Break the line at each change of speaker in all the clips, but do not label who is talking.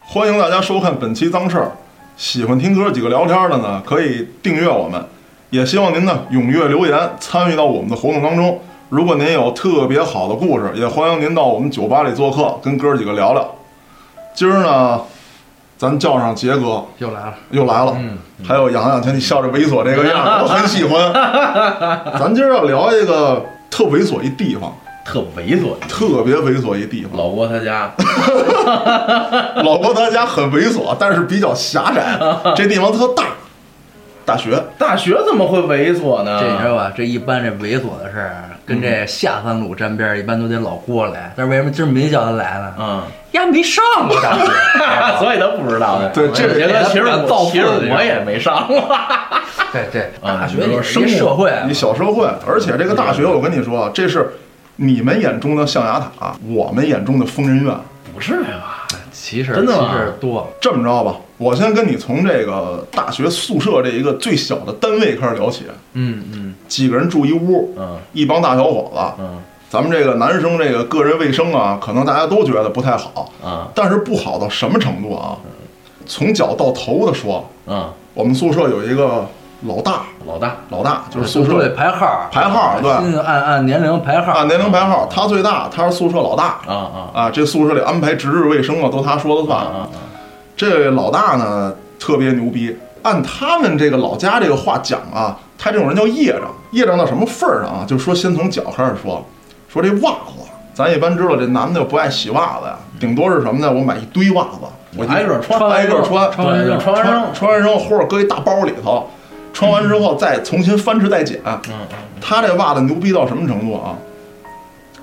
欢迎大家收看本期脏事儿。喜欢听哥几个聊天的呢，可以订阅我们，也希望您呢踊跃留言，参与到我们的活动当中。如果您有特别好的故事，也欢迎您到我们酒吧里做客，跟哥几个聊聊。今儿呢，咱叫上杰哥
又来了，
又来了，
嗯
还有杨洋，瞧你笑着猥琐这个样儿，我很喜 欢。咱今儿要聊一个特猥琐一地方，
特猥琐。
特别猥琐一地方。
老郭他家，
老郭他家很猥琐，但是比较狭 窄，这地方特大。大学
大学怎么会猥琐呢？
这你知道吧？这一般这猥琐的事儿，啊跟这下三路沾边儿，一般都得老郭来。但是为什么今儿没叫他来呢？
嗯，
丫没上啊过大学，
所以他不知道。
对这
杰哥，其实
咱造
我
次
其实
的地方
我也没上过。
对对，嗯
啊
大
你
学
说
里
生
是社会，啊
你小社会，而且这个大学，我跟你说啊，这是你们眼中的象牙塔，啊我们眼中的疯人院。
不是吧？
其实
真的吗
其实多了。
这么着吧，我先跟你从这个大学宿舍这一个最小的单位开始聊起，
嗯嗯
几个人住一屋，
嗯
一帮大小伙子。
嗯
咱们这个男生这个个人卫生啊，可能大家都觉得不太好，
啊
但是不好到什么程度啊？从脚到头的说，
嗯，
我们宿舍有一个老大，
老大啊
老大就是宿
宿舍
舍
得排号，
排号对
新的按按年龄排号。
按年龄排号，他最大，他是宿舍老大
啊啊
啊。这宿舍里安排值日卫生啊，都他说了
啊
算。
啊！
这老大呢特别牛逼，按他们这个老家这个话讲啊，他这种人叫业障，业障到什么份儿上啊？就说先从脚开始说，说这袜子，咱一般知道这男的又不爱洗袜子呀，顶多是什么呢？我买一堆袜子，我
我
一
挨个穿，
穿
挨个穿，
穿完
对
扔
穿完
穿
扔。
穿完之后或者搁一大包里头，穿完之后再重新翻制再剪。
嗯嗯
他这袜子牛逼到什么程度啊？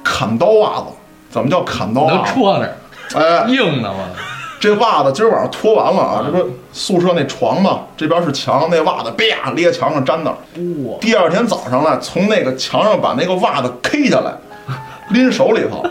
砍刀袜子，怎么叫砍刀
能
袜子？
戳那儿，
哎，
硬的嘛。
这袜子今儿晚上脱完了啊，这不宿舍那床嘛，这边是墙，那袜子啪咧墙上粘那儿。
哇，
第二天早上呢，从那个墙上把那个袜子 K 下来，拎手里头，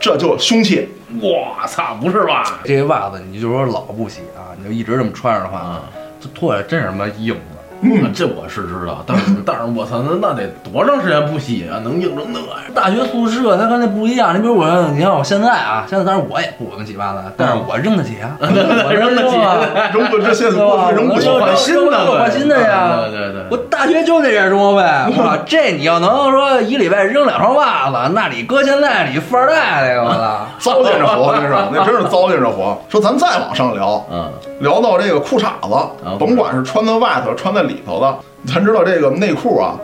这就凶器。
我操，不是吧？
这袜子你就说老不洗啊，你就一直这么穿着的话，
啊，
这脱下来真是他妈硬的。
嗯，
这我是知道，但是但是我操，那那得多长时间不洗啊？能硬成那样？
大学宿舍它跟那不一样，你比如我，你看我现在啊，现在当然我也不怎么洗袜子，但是我扔得起 啊，我
扔得起
啊。
扔不这现在
对
过
吧
去扔不
我
起
就
我
来
换新的了，
我换新的呀
对对对，
我大学就那点钟呗，我操，这你要能说一礼拜扔两双袜子，那你搁现在你富二代了呀，我操！
糟践着活，那是那真是糟践着活。说咱再往上聊，
嗯
聊到这个裤衩
啊
子，甭管是穿在外头、穿在里头的，咱知道这个内裤啊，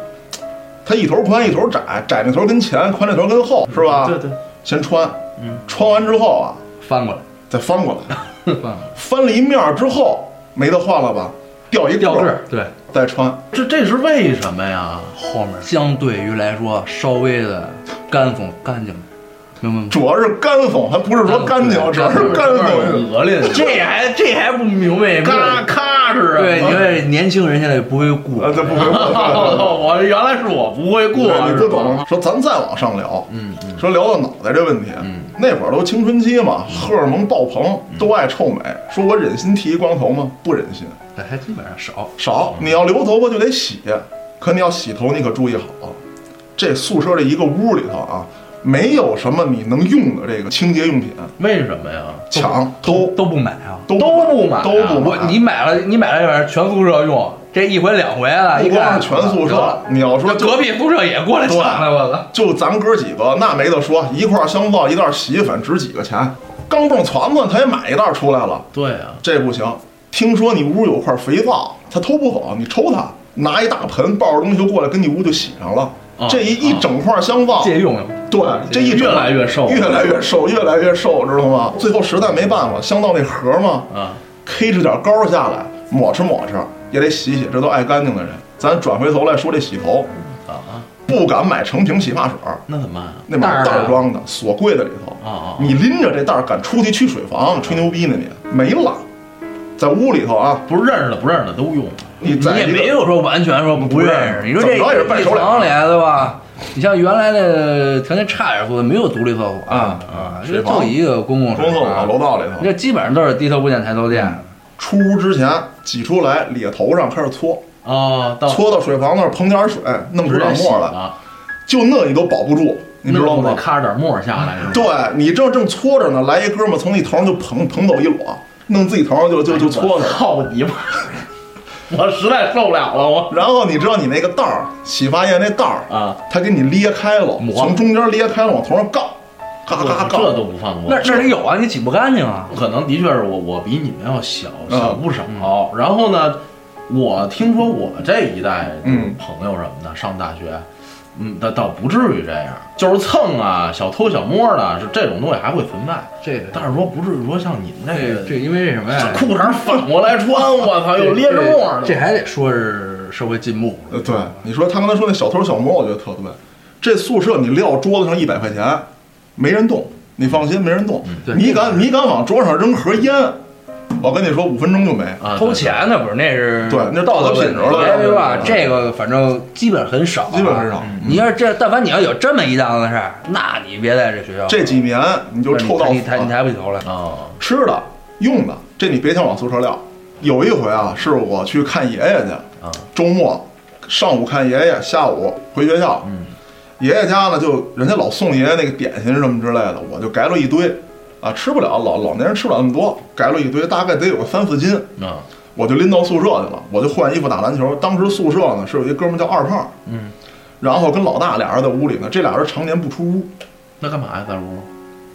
它一头宽一头窄，窄那头跟前，宽那头跟后，是吧？
对对，
先穿，
嗯，
穿完之后啊，
翻过来，
再翻过来，
翻过来，
翻了一面儿之后没得换了吧？掉一
吊
个
坠
儿
儿，对，
再穿，
这这是为什么呀？
后面相对于来说稍微的干净干净点，明白吗？
主要是干缝，还不是说干净，主要是干缝。
恶劣，
这还这还不明白？
嘎咔是啊。
对，你说这年轻人现在不会顾，
啊，这不会 过，
我 操哦我原来是我不会过，
对你不
是吧。
懂。说咱再往上聊，
嗯嗯
说聊到脑袋这问题，那会儿都青春期嘛，荷尔蒙爆棚，
嗯
都爱臭美。说我忍心剃一光头吗？不忍心，
这哎还基本上少。
少。
嗯
你要留头发就得洗，可你要洗头，你可注意好，啊这宿舍这一个屋里头啊，没有什么你能用的这个清洁用品，
为什么呀？
抢偷
都不买啊！
都
都不买啊
都不
我
买。
你买了，你买了这玩意儿全宿舍用，这一回两回了，
不
一
光
看
是全宿舍，你要说
那
就
隔壁宿舍也过来抢了，我操！
就咱哥几个，那没得说，一块香皂一袋洗衣粉值几个钱？钢镚攒攒，他也买一袋出来了。
对啊，
这不行。听说你屋有块肥皂，他偷不走，你抽他，拿一大盆抱着东西就过来，跟你屋就洗上了。
啊
这一一
啊
整块香皂，
借用用，
对，这一整
越来越瘦
越来越瘦，越来越瘦，知道吗？最后实在没办法，香皂那盒嘛
啊，
，K 着点膏下来，抹哧抹哧，也得洗洗，这都爱干净的人。咱转回头来说这洗头，
啊啊，
不敢买成瓶洗发水，
那怎么办啊？
那买
袋儿
袋
啊
装的，锁柜子里头。
啊啊，
你拎着这袋儿敢出去去水房吹牛逼呢你？没了，在屋里头啊，
不是认识的不认识的都用啊，
你
你
在
也
一个
没有说完全说不认识。你说这
怎么着也是半
一
熟脸
房里对吧？你像原来的条件差点宿舍，没有独立厕所
啊
啊，
水
这
房
就一个公共
公厕
所
啊
所楼道里头，
这基本上都是低头不见抬头见
嗯
的。
出屋之前挤出来，咧头上开始搓，
哦
啊，到
搓到水房那儿捧点水，弄出点沫来，
了，
就那你都保不住，你知道
那我
吗
得？咔着点沫下来是吧？
对你正正搓着呢，来一哥们儿从你头上就捧捧走一箩，弄自己头上就就就搓 呢。
操你妈！我实在受不了了，我
然后你知道你那个袋儿，洗发液那袋儿，
啊，
它给你裂开了，
磨
从中间裂开了，往头上杠，嘎嘎
这
杠。
都不放过。
那那里有啊，你挤不干净啊。
可能的确是我我比你们要小小不少。然后呢，我听说我这一代就是朋友什么的、上大学，嗯，倒倒不至于这样，就是蹭啊，小偷小摸的，是这种东西还会存在，
这个
但是说不至于说像你们
这
个。
这因为这什么呀？
裤衩反过来穿，我 操，又咧着沫儿呢。
这还得说是社会进步。
呃，对，你说他刚才说那小偷小摸，我觉得特对。这宿舍你撂桌子上一百块钱，没人动，你放心，没人动。
对
你敢你敢往桌上扔盒烟，我跟你说五分钟就没。
啊，
偷钱那不是，那是
对那是道德品质了
别别吧，
对
这个反正基本很少，
基本很少
嗯你要是这，但凡你要有这么一档子事儿，那你别在这学校。
这几年你就
不是你
臭到
你抬你
死，
抬不起头来。
啊，
吃的用的，这你别想往宿舍撂。有一回啊，是我去看爷爷去，
啊
周末上午看爷爷，下午回学校。
嗯，
爷爷家呢，就人家老送爷爷那个点心什么之类的，我就改了一堆，啊，吃不了，老老年人吃不了那么多，改了一堆，大概得有个三四斤，
啊，
我就拎到宿舍去了，我就换衣服打篮球。当时宿舍呢是有一哥们叫二胖，
嗯，
然后跟老大俩人在屋里呢，这俩人常年不出屋，
那干嘛呀，在屋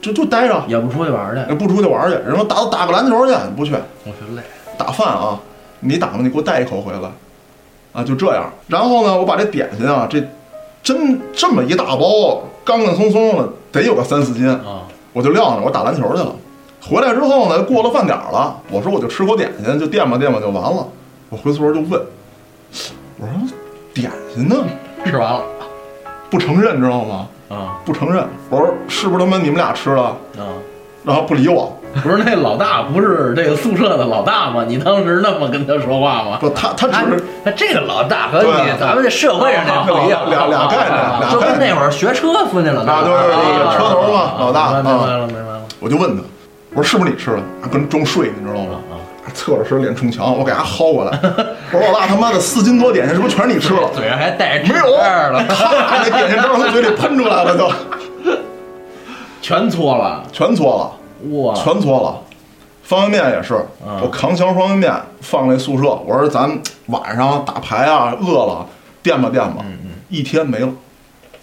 就就待着，
也不出去玩去？
不出去玩去，然后打打个篮球去，不去，
我觉得累。
打饭啊，你打吧，你给我带一口回来，啊，就这样。然后呢，我把这点心啊，这真这么一大包，啊干干松松的，得有个三四斤，
啊，
我就撂那儿，我打篮球去了。回来之后呢，过了饭点儿了，我说我就吃口点心，就垫吧垫吧就完了。我回宿舍就问，我说点心呢？
吃完了，
不承认，知道吗？
啊
不承认。我说是不是他妈你们俩吃的？
啊！
然后不理我，
不是那老大，不是这个宿舍的老大吗？你当时那么跟他说话吗？
不，他他
他
只是
他这个老大和
对啊
你咱们这社会上
啊
那不一 样，啊
俩俩概 念，俩
就
概
跟
念
那。会儿学车分那老大
啊对对对对
啊
车头嘛
啊
老大
明白明白了，明白了。
我就问他，我说是不是你吃的？跟装睡，你知道吗？
啊
侧着身脸冲墙，我给他薅过来。 我说老大他妈的四斤多点心是不是全是你吃了？
嘴上还带着
没有
纸儿了，
咔，那点心都从嘴里喷出来了， 都
全错了，
全搓了。
哇！
全搓了。方便面也是，
啊
我扛箱方便面放那宿舍，我说咱晚上打牌啊，饿了垫吧垫吧，
嗯
一天没了，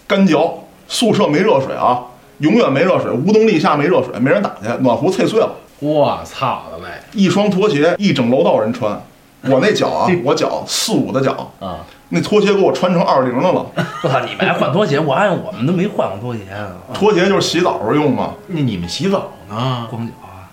干嚼，宿舍没热水啊，永远没热水，无冬立夏没热水，没人打去，暖壶脆碎了，
我操的嘞！
一双拖鞋一整楼道人穿，我那脚啊，我脚四五的脚，
啊，
那拖鞋给我穿成二零的了，
我操！你们还换拖鞋，我按我们都没换过拖鞋啊，
拖鞋就是洗澡时候用嘛，
那你们洗澡呢？
光脚啊。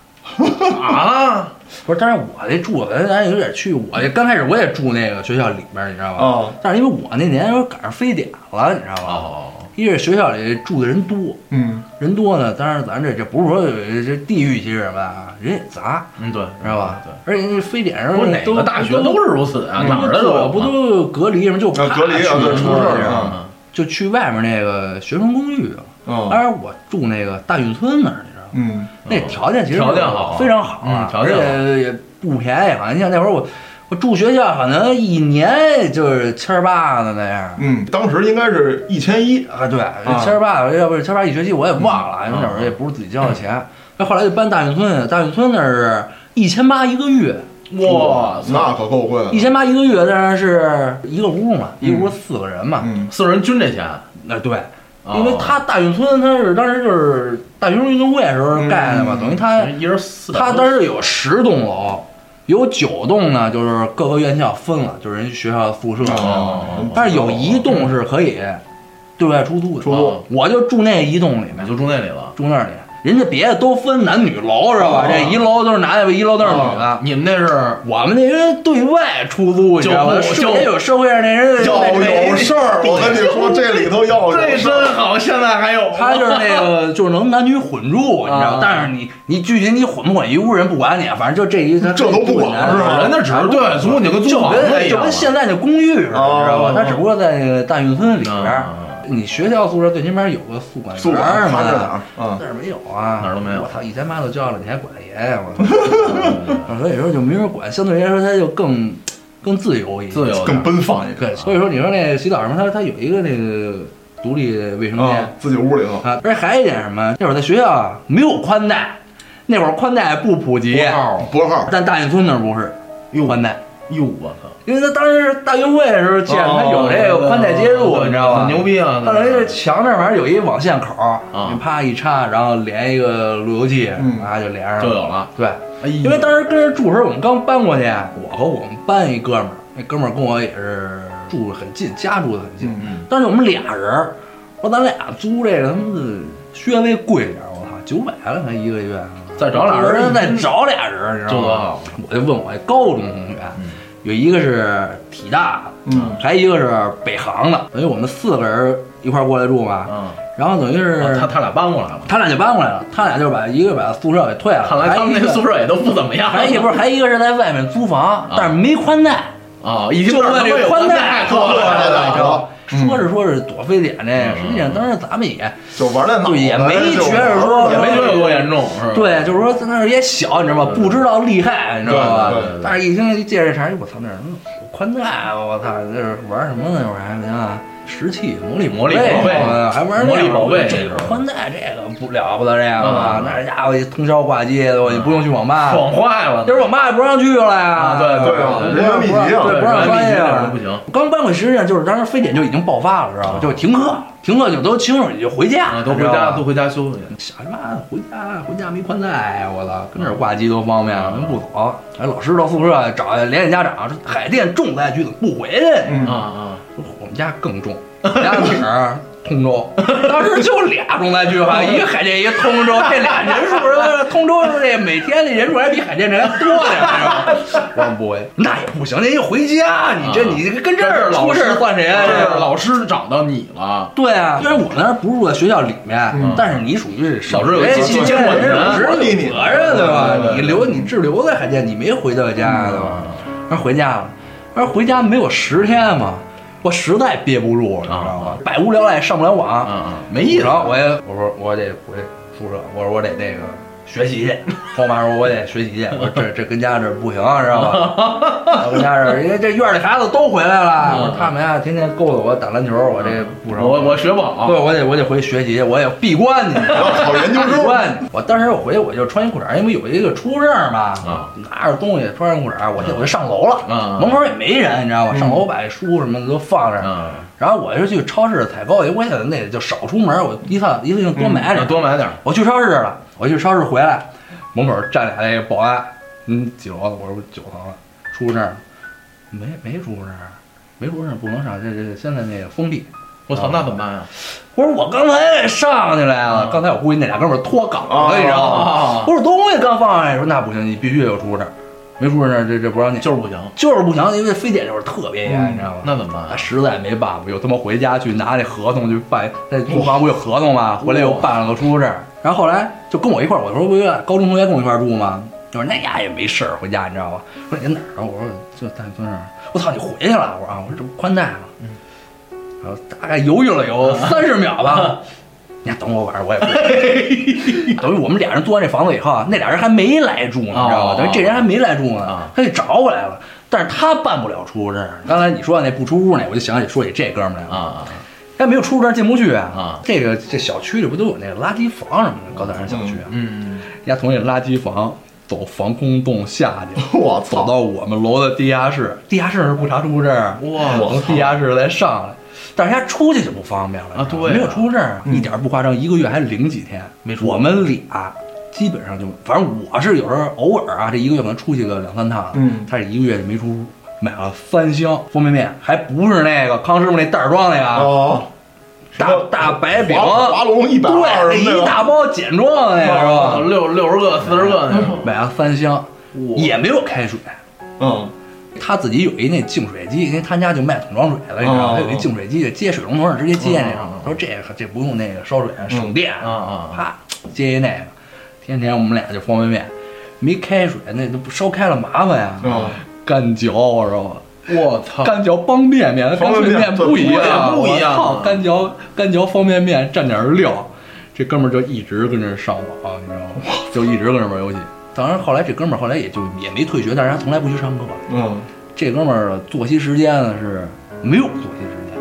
啊，
不是，但是我这住咱咱有点去，我这刚开始我也住那个学校里边儿，你知道吧？
啊
但是因为我那年有点赶上非典了，你知道吧？
哦，
一是学校里住的人多，
嗯，
人多呢，当然咱这这不是说有这地域歧视什么啊，人也杂，
嗯，对，
知道吧？
对，
而且那非典上
不是哪
都
个大学
都
都是如此啊，
嗯
哪儿的都有
不都隔离什么就怕
啊隔离啊
去
对
那
出
个
事儿
地儿
了
啊
就去外面那个学生公寓啊。当
啊，
然我住那个大运村那儿，你知道吗？
嗯，
那条件其实
条件好
非常好啊
嗯，条件好
而且也不便宜，好像你想那会儿我我住学校，可能一年就是千儿八的那样。
嗯，当时应该是一千一，
啊，对，
嗯
千儿八，要不是千儿八一学期我也忘了，因为那会儿也不是自己交的钱。那后来就搬大运村，大运村那是一千八一个月，
哇
嗯那可够贵了
一，千八一个月，当然是一个屋嘛，一个屋四个人嘛。
嗯，
四人均这钱，啊
那对，
哦
因为他大运村他是当时就是大学生运动会的时候盖的嘛，
嗯
等于他
一人四百多，
他当时有十栋楼，有九栋呢，就是各个院校分了，就是人学校宿舍。
哦
但是有一栋是可以对外出租的，哦
出租
我就住那一栋里
你
面，
就住那里了，
住那里。人家别的都分男女楼是
哦
吧？这一楼都是男的，一楼都是女的。
哦你们那是
我们那人对外出租，你知道吧？
就
社也有社会上那人
要有事儿，我跟你说，这里头要有
这
事儿。
真好，现在还有吗
他就是那个，就是能男女混住，你知道
啊？
但是你你具体你混不混一屋人不管你，反正 就这一他
这都不管是吧
人那 只是对外租，你跟租
就
房子
跟
一
就
样嘛
跟现在那公寓似的，你知道吧
哦？
他只不过在那个大运村里边儿
嗯嗯，
你学校宿舍对面有个哦宿管
宿
员
管
儿
看着点
嘛
儿，，嗯，
那儿没有啊，
哪儿都没有
我操，一千八都交了，你还管爷呀？我操！ 所以说就没人管，相对来说他就更更自由一些，
自由
更奔放一个。
对，所以说你说那洗澡什么，他他有一个那个独立卫生间
啊，自己屋里头，
啊，而且还有一点什么，那会儿在学校啊没有宽带，那会儿宽带不普及，
拨号啊，
拨号，
但大运村那儿不是有宽带，
哟我操！
因为他当时是大运会的时候建，他有这个宽带接入，你知道吧？
很牛逼啊！
后来这墙那玩意儿有一网线口儿，
啊
你啪一插，然后连一个路由器，
嗯
啊就连上
就
了。
有了。
对，
哎呦
因为当时跟人住时候，我们刚搬过去，我和我们班一哥们儿，那哥们儿跟我也是住得很近，家住的很近。
嗯
但是我们俩人儿，我说咱俩租这个他妈的稍微贵点儿，我操，九百了才一个月。啊
再找俩人儿
再找俩人儿，你知道
这多
吗
好？嗯
我就问我高中同学，有一个是体大的，
嗯，
还一个是北航的，等于我们四个人一块儿过来住嘛。
嗯，
然后等于是、
他他俩搬过来了。
他俩就搬过来了，他俩就是把一个把宿舍给退了，
看来他们那
还一
个
个
宿舍也都不怎么样。
还哎一不是还一个是在外面租房，但是没宽带，
啊，已经
就问这宽带
过
来
来
了，你知道
了。
吗？说是说是多费点
嗯
呢，实际上当时咱们也
就玩那脑
对也
袋
没
就
觉
玩
着说
也没觉得有多严重，是吧？
对，啊就是说在那儿也小，你知道
嗯
吗？不知道厉害，你知道吧
对对对？
但是一听一介绍这茬，我操，那什么宽带，啊我操，这是玩什么呢？那会儿还没啊，石器、魔力
魔力
宝
宝贝
哎还玩那
魔力
个
宝贝
这
那时候
宽带这个不了不得这个吧
嗯？
那家伙一通宵挂机的，我就不用去网吧了，
啊爽坏了。
今儿网吧也不让去了呀。
啊对
对啊，
对
人员密集
对
啊，
不让专业啊
不行
刚搬过去，实际上就是当时非典就已经爆发了，知道吧
啊？
就停课，停课就都清楚，你就回家
啊，，都回
知道
家
吧
都回家休息。
想什么回家回家没宽带，啊我操，跟这儿挂机多方便啊，咱不走。哎，老师到宿舍找联系家长，说海淀重灾区怎么不回去？
啊
嗯，
啊，
我们家更 重，我们家底儿通州，当时就俩重灾区 吧，一个海淀，一个通州，这俩人数儿，通州这每天这人数还比海淀这还多点儿，你知道 吗？我们不回，那也不行，人家回家，你这
啊
你跟这儿
老
出事儿
师
算谁啊？
这
这
是
个
老师找到你了。
对啊，虽然我那儿不是住在学校里面，
嗯
但是你属于是哎
小时候有
人
监
监
管
人
人
只有
管理你
责任对吧
对对？对嗯
你留你滞留在海淀，你没回到家对吧？然后回家了，然后回家没有十天嘛，我实在憋不住了，你知道吗？百无聊赖，上不了
啊
网，
啊，没意思
然。后我也我说我得回宿舍，我说我得那个。学习去， 我妈说我得学习去。我说这这跟家这不行，知道吧？啊跟家这，因为这院里孩子都回来了，我说他们呀天天勾搭我打篮球，我这不成。
嗯我我学不好
对，，我得我得回去学习，我也闭关 去。
我要考研究
闭
生，
关去，我当时我回去我就穿一裤衩，因为有一个出入证嘛，
啊
拿着东西穿上裤衩，我就我就上楼了，
啊
门口也没人，你知道吗？上楼把书什么的都放着，
嗯，
然后我就去超市采购，因为我想那就少出门，我一趟一次性多买点。
嗯哎啊多买点儿。
我去超市了，我去超市回来，门口站俩那个保安，嗯，几楼的？我说九层了，出入证没没出入证，没出入证不能上，这这现在那个封闭。
我操，那怎么办啊呀？
我说我刚才上去来了，
嗯
刚才我估计那俩哥们儿脱岗了，
啊
你知道吗？
啊，
我说东西刚放上来，说那不行，你必须得有出入证，没出入证这这不让进，
就是不行，
就是不行，因为非典就是特别
嗯
严，你知道吗？
那怎么
啊
办？
实在没办法，又他妈回家去拿那合同去办，那租房不有合同吗？回来又办了个出入证，然后后来就跟我一块儿，我说不是高中同学跟我一块儿住吗？就说那呀也没事儿，回家你知道吗？我说你哪儿啊？我说就在村上。我操，你回去了？我说啊，我说这不宽带吗？然后大概犹豫了有三十秒吧。你俩等我玩儿，我也不玩儿等于我们俩人租完这房子以后啊，那俩人还没来住呢，你知道吧？
哦
等于这人还没来住呢
啊，
他给找我来了，但是他办不了出入证。刚才你说的那不出屋那，我就想起说起这哥们儿来了。
啊
他没有出入证进不去
啊
这个这小区里不都有那个垃圾房什么的？高大上小区啊，
嗯，
人家从那垃圾房走防空洞下去，
我
走
操，
到我们楼的地下室，地下室是不查出入证儿，
哇
从地下室再上来。但是人家出去就不方便了
啊对啊
没有出入证儿，一点儿不夸张，一个月还零几天。
没出
我们俩基本上就，反正我是有时候偶尔啊，这一个月可能出去个两三趟，
嗯
他这一个月就没出屋，买了三箱方便面，还不是那个康师傅那袋儿装那个啊，
哦，
大大白饼，
华华龙一百
啊
二
对，
什么
那一
的，
大包简装的那个是吧？
六六十个、四十个那种，
买了三箱，
哦哇
也没有开水。
嗯，
他自己有一那净水机，因为他家就卖桶装水了，你知道吗？他有一净水机，接水龙头上直接接那
哦
个
哦哦。
他说这个这不用那个烧水，省电
啊啊
啪接一那个，天天我们俩就方便面，没开水那都不烧开了麻烦呀
哦
嗯。
干嚼，我说
我操！
嗯干嚼方便面跟
方
干
便
脆
面
面
对
不一样，
不一样不一样
我操干嚼干嚼方便面蘸点料，这哥们儿就一直跟这上网，你知道吗？就一直跟这玩游戏。当然，后来这哥们儿后来也就也没退学，但是他从来不去上课。
嗯，
这哥们儿的作息时间呢是没有作息时间，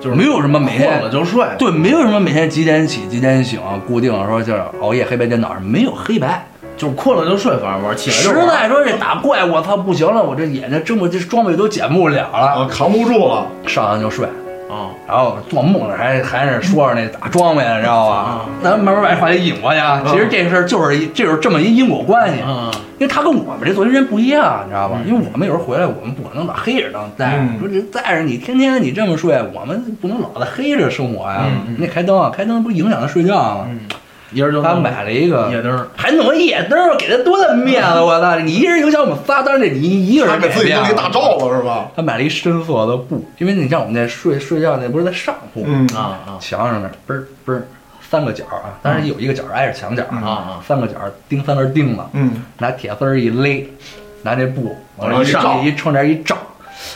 就是
没有什么每
困了
天
就睡，
对，没有什么每天几点起几点醒，固定说就是熬夜黑白颠倒，没有黑白，
就是困了就睡，反正玩，起来就
实
玩
在说这打怪，我操不行了，我这眼睛睁不，这装备都捡不了了，
啊，扛不住了，
上岸就睡。
啊，
然后做梦了，还还是说着那打装备呢，你知道吧
啊？
咱慢慢把这话题引过去啊。其实这个事儿就是一，这就是这么一因果关系，
嗯
因为他跟我们这做人不一样，你知道吧？因为我们有时候回来，我们不可能老黑着当带着
嗯，
说这带着你天天你这么睡，我们不能老在黑着生活呀
嗯嗯。
你得开灯啊，开灯不影响他睡觉吗？
嗯，一人就
他
弄
买了一个
夜
嗯
灯儿，
还弄个夜灯儿，给他多大面子！我操，你一人影响我们仨，当然得你一个
还
人
嗯给自己
面
弄
子
一大罩子是吧？
他买了一深色的布，因为你像我们那睡睡觉那不是在上铺，
嗯
啊啊
墙上面嘣儿嘣儿三个角儿啊，
嗯
当然有一个角儿挨着墙角儿
啊，啊，
三个角儿钉三根钉子，
嗯，
拿铁丝儿一勒，拿那布往
往
上
上
一一冲这儿一照。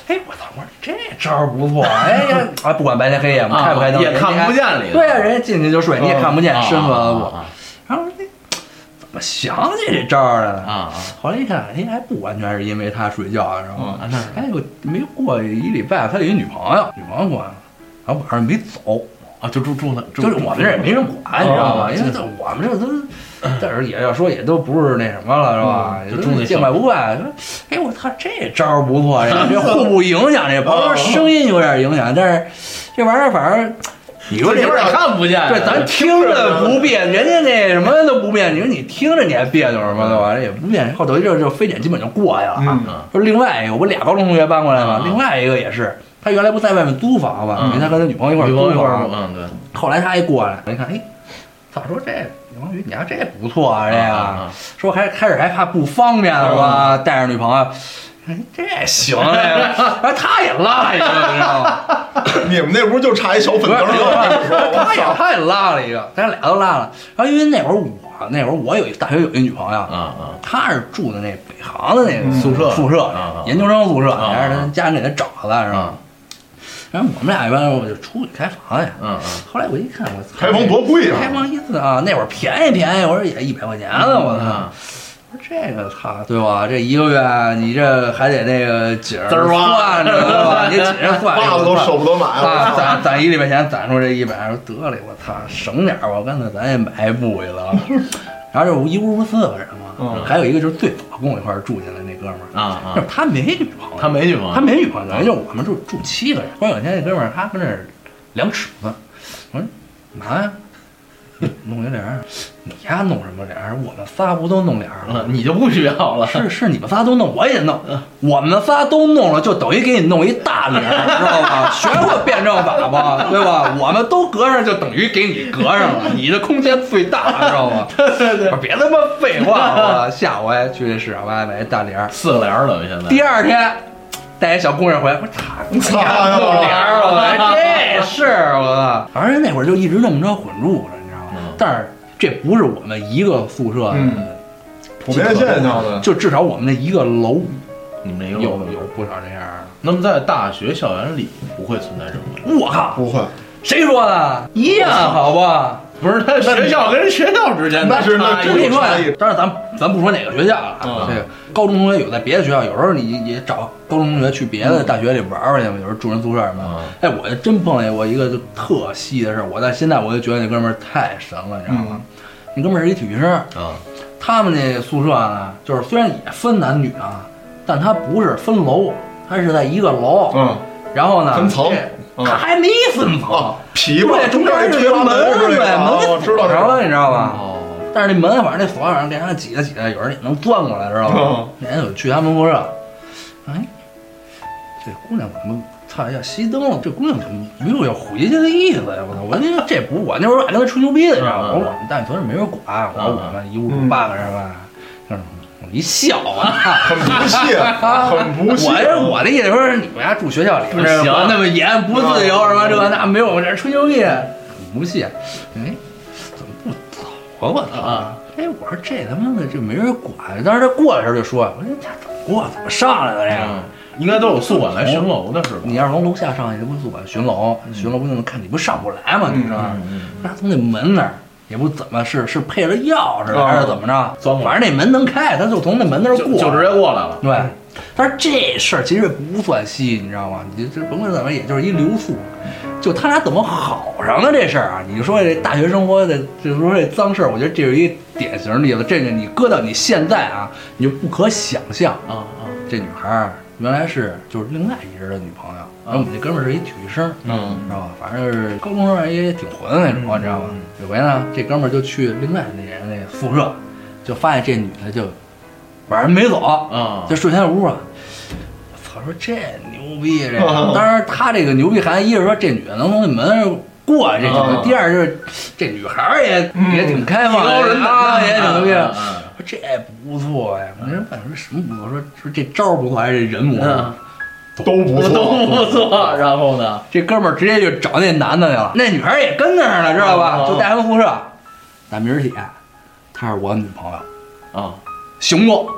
哎，我操！我说这招儿不错，哎呀，啊，不管白天黑夜，我们
啊
开不开灯
也
人家
看不见里头
对呀，啊人家进去就睡，你也看不见，深色的布
啊。
然后我说这怎么想起这招儿来了
啊？啊，
后来一看，哎，还不完全是因为他睡觉，知道吗？
啊那是
哎，我没过一礼拜，他有一女朋友，女朋友过来了，然后晚上没走，
啊，就住住那，
就是我们这也没人管，你知道
哦
吗？因为这我们这都，但是也要说也都不是那什么了，是吧？
嗯
也都
就中那
见怪不怪。说，哎，我操，这招儿不错，这这互不影响，这
哦
朋友声音有点影响，但是这玩意儿反正你说
这
这
边也看不见啊，
对，咱听着不别，人家那什么都不别，你说你听着你还别扭什么的吧？也不别，后头就就非典基本就过去了啊。
嗯
说另外一个，我俩高中同学搬过来嘛
嗯，
另外一个也是，他原来不在外面租房嘛，
嗯
因为他跟他女朋友一块儿
女朋友
租
一块儿住，
房，
嗯，对，
后来他一过来，我一看，哎，早说这王宇，你家这不错啊，这
啊啊
个
啊，
说还开始还怕不方便了吧，带着女朋友。哎这行这个，然后他也拉一个，你知道吗？
你们那屋就差一小粉
不
灯
是，
了，
他也他也拉了一个，咱俩都拉了。然后因为那会儿我那会儿我有一大学有一女朋友
啊，啊
她是住的那北航的那个
嗯宿
舍
宿舍
啊啊
研究生宿舍，
啊
还是他家人给他找的，
嗯
是吧？然后我们俩一般我就出去开房去。
嗯
啊后来我一看，我操，
开房多贵
开
啊！
房一次啊，那会儿便宜便宜，我说也一百块钱了，我操。
嗯
我说这个操，对吧？这一个月你这还得那个紧
滋儿
着
哇
算着，对吧？你紧 着算着，
袜子都舍不得买
啊，
了，
攒攒一礼拜钱，攒出这一百，说得嘞，我操，省点儿吧，干脆咱也买一部去 了。然后这一屋不是四个人嘛
嗯，
还有一个就是最早跟我一块儿住进来那哥们儿，
啊
就是
啊，
他没女朋友，
他没女朋友，
他没女朋友，等于就我们住住七个人。光有天那哥们儿他跟那儿量尺子，我说嘛呀？弄一帘儿，你丫弄什么帘儿？我们仨不都弄帘儿了？
嗯，你就不需要了，
是是，你们仨都弄，我也弄，我们仨都弄了，就等于给你弄一大名，知道 吧？学会辩证法吧，对吧？我们都隔上，就等于给你隔上 了，你的空间最大，知道吗？ 对对对，别他妈废话了，下回去这市场买买一大帘儿。
四个帘儿等于现在。
第二天带一小姑娘回来，我操，
操
弄帘儿了，这是我操。反正那会儿就一直这么着混住着，你知道吗
嗯？
但是这不是我们一个宿舍的
嗯 普遍现象的，
就至少我们那一个楼
你们这
有
个楼
有不少这样儿
那么在大学校园里不会存在这种问题，
的。我靠，
不会，
谁说的？一样，好吧？
不是在学校跟学校之间的
那是那
差
是
我
异
跟你说
有差异，
当然咱咱不说哪个学校了
嗯
啊，这个高中同学有在别的学校，有时候你也找高中同学去别的大学里玩玩去嘛，有时候住人宿舍什么的
嗯。
哎，我真碰见过一个就特细的事儿，我到现在我就觉得那哥们儿太神了，你知道
嗯
吗？那哥们儿是一体育生，
啊
他们那宿舍呢，就是虽然也分男女啊，但他不是分楼，他是在一个楼，
嗯，
然后呢
分层
这
嗯
他还没分层
啊，，皮吧，
对，中间
这
是
推
有
拉
门
是
对，
吧？
门
我
给
知道嗯
锁
这
上了，
个，
你知道吧？
哦
但是那门反正那锁上，给他挤着挤着，有人也能钻过来，知道吗
嗯？
哦
那天我去他们宿舍，哎，这姑娘怎么操要熄灯了？这姑娘怎么没有要回去的意思呀？我操！我那这不是我那会儿还跟他吹牛逼呢，你知道吗？
嗯嗯嗯
我说我们大学同没人管，我说我们一屋住八个人吧，就是我一笑 啊。
很不屑，很
我
不屑。
这我的意思说，你们家住学校里
不行
管那么严，不自由什么这那，没有我们这吹牛逼，很不屑。哎，怎么不走啊？我操！
啊
哎，我说这他妈的这没人管。当时他过来的时候就说，我说这怎么过怎么上来的这
嗯
个？，
应该都有宿管来巡楼的是吧？
你要是从楼下上去，这不宿管巡楼，巡楼不就能看你不上不来吗？你知道吗？那从那门那儿。也不怎么是是配了钥匙的
啊
还是怎么着，
钻过来
反正那门能开，他就从那门那儿
就
过，
就直接过来了，
对，但是这事儿其实不算戏，你知道吗？你这甭管怎么，也就是一流速。就他俩怎么好上的这事儿啊？你说这大学生活的，就是说这脏事儿，我觉得这是一典型例子。这个你搁到你现在啊，你就不可想象啊。
啊啊
这女孩儿原来是就是另外一人的女朋友，然后我们这哥们儿是一体育生，
嗯
你知道吧？反正是高中生也挺混的那种，
嗯
你知道吧？有回呢，这哥们儿就去另外那人那宿舍，就发现这女的就晚上没走，
啊
就睡他那屋了。我操，说这牛逼 这个！当然，他这个牛逼还一是说这女的能从那门上过这女的
啊，
第二就是这女孩儿也
嗯
也挺开放，
艺高人胆
啊，
啊
也挺牛逼。
啊啊
说这不错呀，我说问说什么不错？说说这招儿不错还是这人不错
嗯？
都不
都
错，
不错。然后呢？
这哥们儿直接就找那男的去了，那女孩儿也跟那儿呢，知道吧？
哦
就带回宿舍。打明儿起，她是我女朋友，
啊，
行不？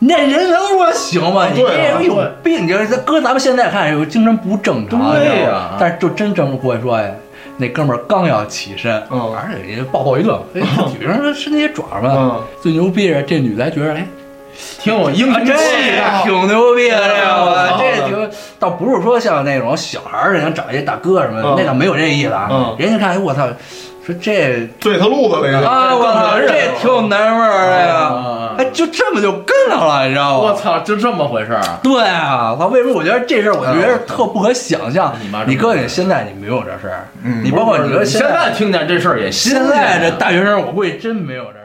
那人能说行吗？你这
对啊
人有病！你这搁咱们现在看，有精神不正常。啊
对呀
你知道吧但是就真这么过去说呀，哎那哥们儿刚要起身，
嗯
而且也抱抱一乐，哎，女生是那些爪儿嘛。
嗯，
最牛逼是这女的还觉得，哎，
挺有英
啊，
气
这
的，
挺牛逼的，这个
嗯
我
嗯
这挺倒不是说像那种小孩儿想找一大哥什么的
嗯，
那倒没有这意思啊
嗯。
人家看，哎，我操，说这
对他路子里了
啊，我操，
男人
这挺有男味儿的
嗯嗯
呀
嗯，
哎，就这么就跟上了，你知道
我
吗？
操，就这么回事儿啊？
对啊，操！为什么我觉得这事儿，我觉得特不可想象
你妈。这
你哥，你现在你没有这事儿，
嗯
你包括你说
现
在
在听见这事儿也新
现
鲜
在这
啊
大学生，我估计真没有这事儿。